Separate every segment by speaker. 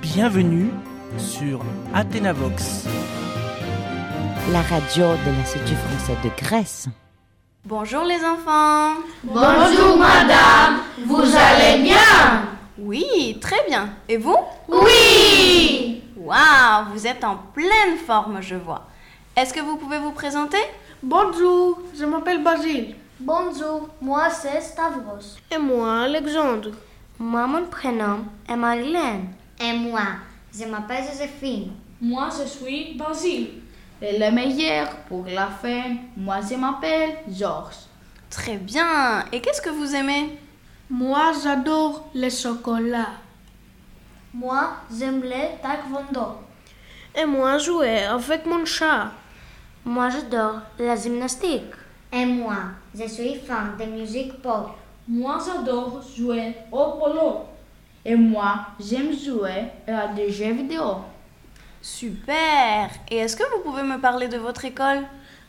Speaker 1: bienvenue sur Athénavox.
Speaker 2: la radio de l'Institut français de Grèce.
Speaker 3: Bonjour les enfants
Speaker 4: Bonjour madame, vous allez bien
Speaker 3: Oui, très bien. Et vous
Speaker 4: Oui
Speaker 3: Waouh, vous êtes en pleine forme, je vois. Est-ce que vous pouvez vous présenter
Speaker 5: Bonjour, je m'appelle Basile.
Speaker 6: Bonjour, moi c'est Stavros.
Speaker 5: Et moi, Alexandre.
Speaker 6: Moi, mon prénom est Marlène. Et moi, je m'appelle Joséphine.
Speaker 7: Moi, je suis Basile.
Speaker 4: Et le meilleur pour la fin, moi je m'appelle Georges.
Speaker 3: Très bien. Et qu'est-ce que vous aimez
Speaker 5: Moi, j'adore les chocolats.
Speaker 6: Moi, j'aime le taekwondo.
Speaker 5: Et moi, jouer avec mon chat.
Speaker 6: Moi, j'adore la gymnastique. Et moi, je suis fan de musique pop.
Speaker 7: Moi, j'adore jouer au polo.
Speaker 4: Et moi, j'aime jouer à des jeux vidéo.
Speaker 3: Super. Et est-ce que vous pouvez me parler de votre école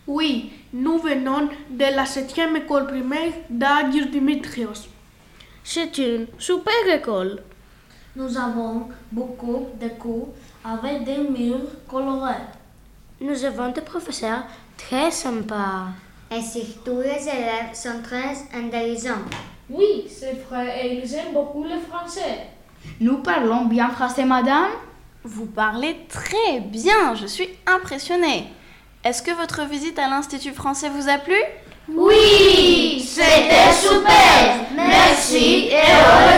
Speaker 5: Oui, nous venons de la 7e école primaire d'Agios Dimitrios. C'est une super école.
Speaker 6: Nous avons beaucoup de cours avec des murs colorés. Nous avons des professeurs très sympas. Et surtout, les élèves sont très intelligents.
Speaker 7: Oui, c'est vrai, et ils aiment beaucoup le français.
Speaker 4: Nous parlons bien français madame
Speaker 3: Vous parlez très bien, je suis impressionnée. Est-ce que votre visite à l'Institut français vous a plu
Speaker 4: Oui
Speaker 6: C'était super Merci et au